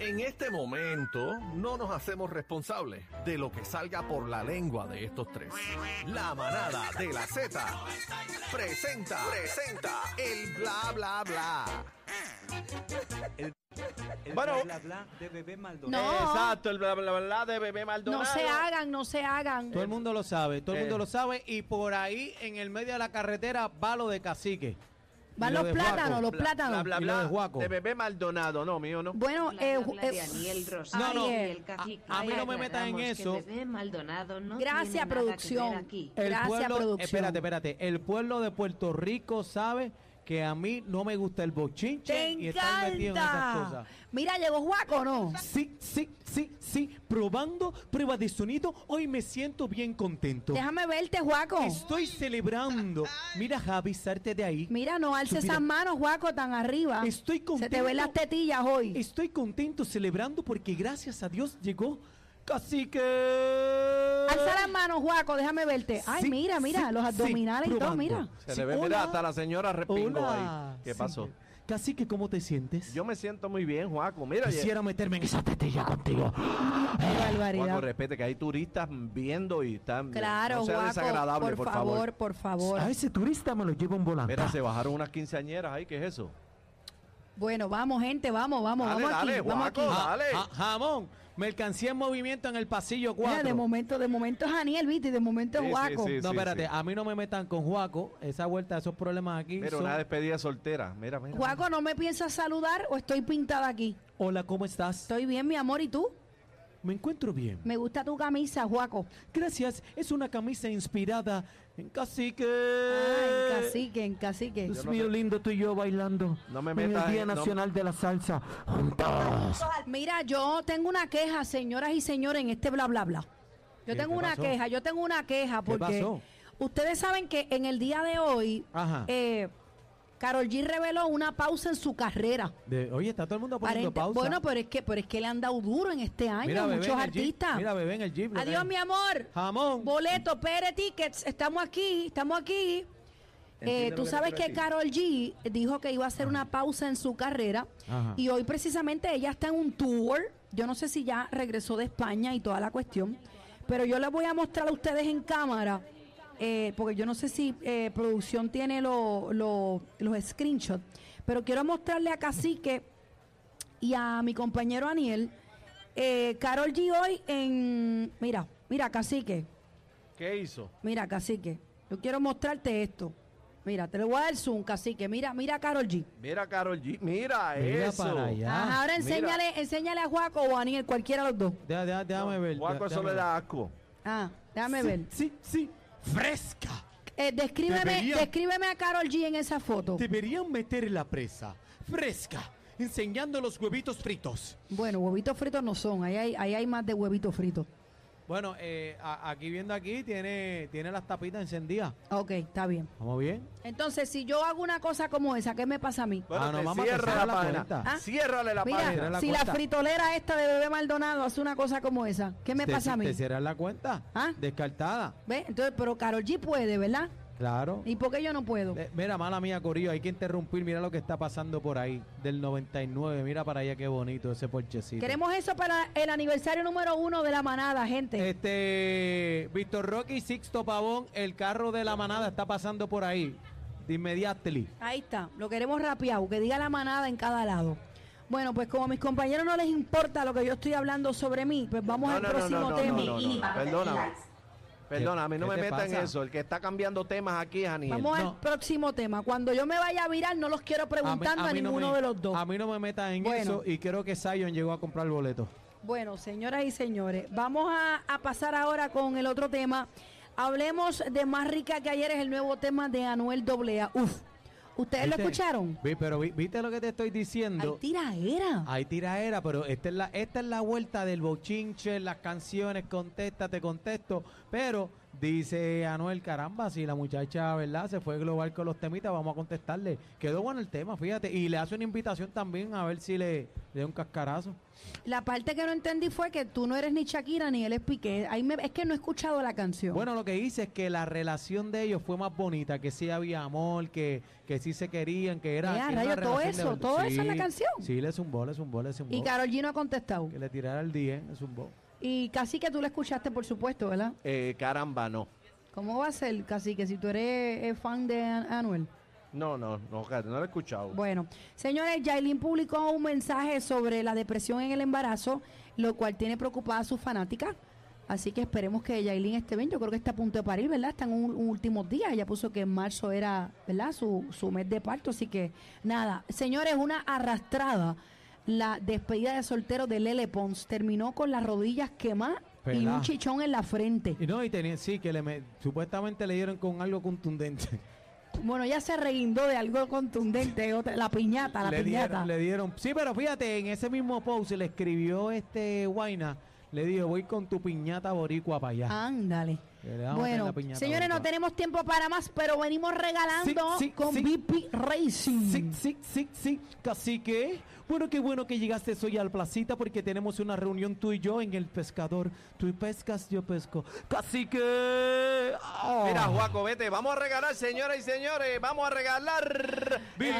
En este momento no nos hacemos responsables de lo que salga por la lengua de estos tres. La manada de la Z presenta, presenta el bla bla bla. El Bueno. bla, bla, bla de bebé Maldonado. No. Exacto, el bla bla bla, bla de bebé Maldonado. No se hagan, no se hagan. Todo el mundo lo sabe, todo el mundo Eh. lo sabe. Y por ahí, en el medio de la carretera, va lo de cacique. Van Y lo los de plátanos, Juaco. los Bla, Bla plátanos. Y bla lo bla de Juaco. de bebé Maldonado, no, mío no. Bueno, Bla, eh, bla, bla eh, de Aniel No, Rosario no, y Ariel. el cacique. a- a mí no me metan en Aclaramos que eso. Bebé Maldonado no Gracias, tiene nada que ver producción. aquí. El Gracias, pueblo, producción. Espérate, espérate. El pueblo de Puerto Rico sabe que a mí no me gusta el bochinche te y estar metido en esas encanta. cosas. Mira, llegó Juaco, ¿o ¿no? Sí, sí, sí, sí. Probando, prueba de sonido. Hoy me siento bien contento. Déjame verte, Juaco. Estoy celebrando. Mira, Javi, salte de ahí. Mira, no alces Mira. esas manos, Juaco, tan arriba. Estoy Se te contento. ven las tetillas hoy. Estoy contento celebrando porque gracias a Dios llegó Cacique. Alza las manos, Juaco, déjame verte. Ay, Sí, mira, mira, sí, los sí, abdominales y todo, probando. mira. Se Sí, le ve, hola, mira, hasta la señora respingo hola, ahí. ¿Qué sí. pasó? Cacique, ¿cómo te sientes? Yo me siento muy bien, Juaco. Mira, oye, Quisiera meterme en esa tetilla contigo. Qué Juaco, barbaridad. respete que hay turistas viendo y están Claro, no sea Juaco, desagradable, por, por, favor, por A favor. ese turista me lo llevo en volante. Mira, se bajaron unas quinceañeras ahí, ¿qué es eso? Bueno, vamos, gente, vamos, vamos, Dale, vamos dale, aquí, vamos aquí. Juaco, dale. jamón, mercancía en movimiento en el pasillo 4. Mira, de momento, de momento es Aniel, viste, y de momento Sí, es sí, Juaco. sí. no, espérate, a mí no me metan con Juaco. Esa vuelta, esos problemas aquí. Mira, son- una despedida soltera. Mira, mira. Juaco, ¿no me piensas saludar o estoy pintada aquí? Hola, ¿cómo estás? Estoy bien, mi amor, ¿y tú? Me encuentro bien. Me gusta tu camisa, Juaco. Gracias, es una camisa inspirada en cacique. Eh. Ay, cacique, Ah, en cacique. Dios mío, lindo tú y yo bailando. No me En metas el Día en- no- Nacional de la Salsa. Mira, yo tengo una queja, señoras y señores, en este bla bla bla. Yo ¿Qué- tengo qué una pasó? queja, yo tengo una queja porque pasó? ustedes saben que en el día de hoy, Ajá. eh, Carol G reveló una pausa en su carrera. De- oye, está todo el mundo poniendo Aparente- pausa. Bueno, pero es que, pero es que le han dado duro en este año Mira, a bebé muchos en el Jeep, artistas. mira, bebé en el Jeep, lo Adiós, que- mi Ah, amor. Jamón. Boleto, pere, tickets. Estamos aquí, estamos aquí. Eh, tú sabes que Carol G dijo que iba a hacer una pausa en su carrera Ajá. y hoy precisamente ella está en un tour. Yo no sé si ya regresó de España y toda la cuestión, pero yo les voy a mostrar a ustedes en cámara, eh, porque yo no sé si eh, producción tiene lo- lo- los screenshots, pero quiero mostrarle a Cacique y a mi compañero Aniel, eh, Carol G hoy en... Mira, mira, Cacique. ¿Qué hizo? Mira, cacique, yo quiero mostrarte esto. Mira, te lo voy a dar zoom, cacique. Mira, mira a Carol G. Mira, Carol G. Mira, Mira eso. para allá. Ya, Ajá, mira. ahora enséñale, enséñale a Juaco o a Aniel, cualquiera de los dos. Deja- deja- déjame ver. Juaco, deja- eso le déjame da asco. Ah, déjame ver. ver. Sí, sí, sí. Fresca. Eh, descríbeme, Debería- descríbeme a Carol G en esa foto. Deberían meter la presa. Fresca. Enseñando los huevitos fritos. Bueno, huevitos fritos no son. Ahí hay, ahí hay más de huevitos fritos. Bueno, eh, a- aquí viendo aquí, tiene, tiene las tapitas encendidas. Ah, Ok, está bien. ¿Vamos bien? Entonces, si yo hago una cosa como esa, ¿qué me pasa a mí? Bueno, Ah, no, te mamá, te cierra cierra la, la página. cuenta. Ah, Ciérrale la Mira, página. la si cuenta. la fritolera esta de Bebé Maldonado hace una cosa como esa, ¿qué me Te- pasa a mí? Te cierras la cuenta. ¿Ah? Descartada. ¿Ve? Entonces, pero Carol G puede, ¿verdad? Claro. ¿Y por qué yo no puedo? Eh, Mira, mala mía, Corillo, hay que interrumpir. Mira lo que está pasando por ahí, del 99. Mira para allá qué bonito ese porchecito. Queremos eso para el aniversario número uno de la manada, gente. Eh. Este, Víctor Rocky, Sixto Pavón, el carro de la manada está pasando por ahí. De inmediato. Ahí está, lo queremos rapeado, que diga la manada en cada lado. Bueno, pues como a mis compañeros no les importa lo que yo estoy hablando sobre mí, pues vamos al próximo tema. no, no, no. Perdóname. Perdóname, no ¿Qué me te metan pasa? eso. El que está cambiando temas aquí es Aniel. Vamos No. al próximo tema. Cuando yo me vaya a virar, no los quiero preguntando a, ninguno de los dos. A mí no me metas en Bueno. eso y creo que Zion llegó a comprar el boleto. Bueno, señoras y señores, vamos a, a pasar ahora con el otro tema. Hablemos de Más Rica que ayer es el nuevo tema de Anuel Doblea. Uf, ¿ustedes lo ¿Viste? escucharon? Vi- pero vi- viste lo que te estoy diciendo. Ay, tiraera. Hay tiraera, pero esta es la, esta es la vuelta del bochinche, las canciones, contéstate, contesto. Pero Dice Anuel, caramba, si la muchacha, ¿verdad? Se fue global con los temitas, vamos a contestarle. Quedó bueno el tema, fíjate. Y le hace una invitación también a ver si le, le da un cascarazo. La parte que no entendí fue que tú no eres ni Shakira ni él es Piqué. Ahí me- es que no he escuchado la canción. Bueno, lo que dice es que la relación de ellos fue más bonita, que sí había amor, que, que sí se querían, que era... Eh, que a era una rayos, todo relación de eso, verdad. todo eso en la canción. Sí, le zumbó, le zumbó, le zumbó. y Carol G no ha contestado. Que le tirara el 10, le zumbó. Y casi que tú la escuchaste, por supuesto, ¿verdad? Eh, caramba, no. ¿Cómo va a ser, casi que si tú eres eh, fan de An- Anuel? No, no, no, Oscar, no lo he escuchado. Bueno, señores, Yailin publicó un mensaje sobre la depresión en el embarazo, lo cual tiene preocupada a sus fanáticas. Así que esperemos que Yailin esté bien. Yo creo que está a punto de parir, ¿verdad? Está en un, un último día. Ella puso que en marzo era, ¿verdad? Su, su mes de parto. Así que nada. Señores, una arrastrada. La despedida de soltero de Lele Pons terminó con las rodillas quemadas y Pelá. un chichón en la frente. Y no, y tenía, sí, que le me- supuestamente le dieron con algo contundente. Bueno, ella se reguindó de algo contundente. otra- la piñata, la le, piñata. dieron, le dieron- Sí, pero fíjate, en ese mismo post le escribió este Guaina, le dijo, voy con tu piñata boricua para allá. Ándale. Que le "Ah, vamos a meter Ah, Bueno, la piñata señores, no boricua. tenemos tiempo para más, pero venimos regalando Sí, sí, con sí. BP Racing. Sí, sí, sí, sí, cacique. Bueno, qué bueno que llegaste hoy al placita porque tenemos una reunión tú y yo en el pescador. Tú pescas, yo pesco. ah. Cacique. Ah. Mira, Juaco, vete. Vamos a regalar, eh, señoras y señores. Vamos a regalar. Mira,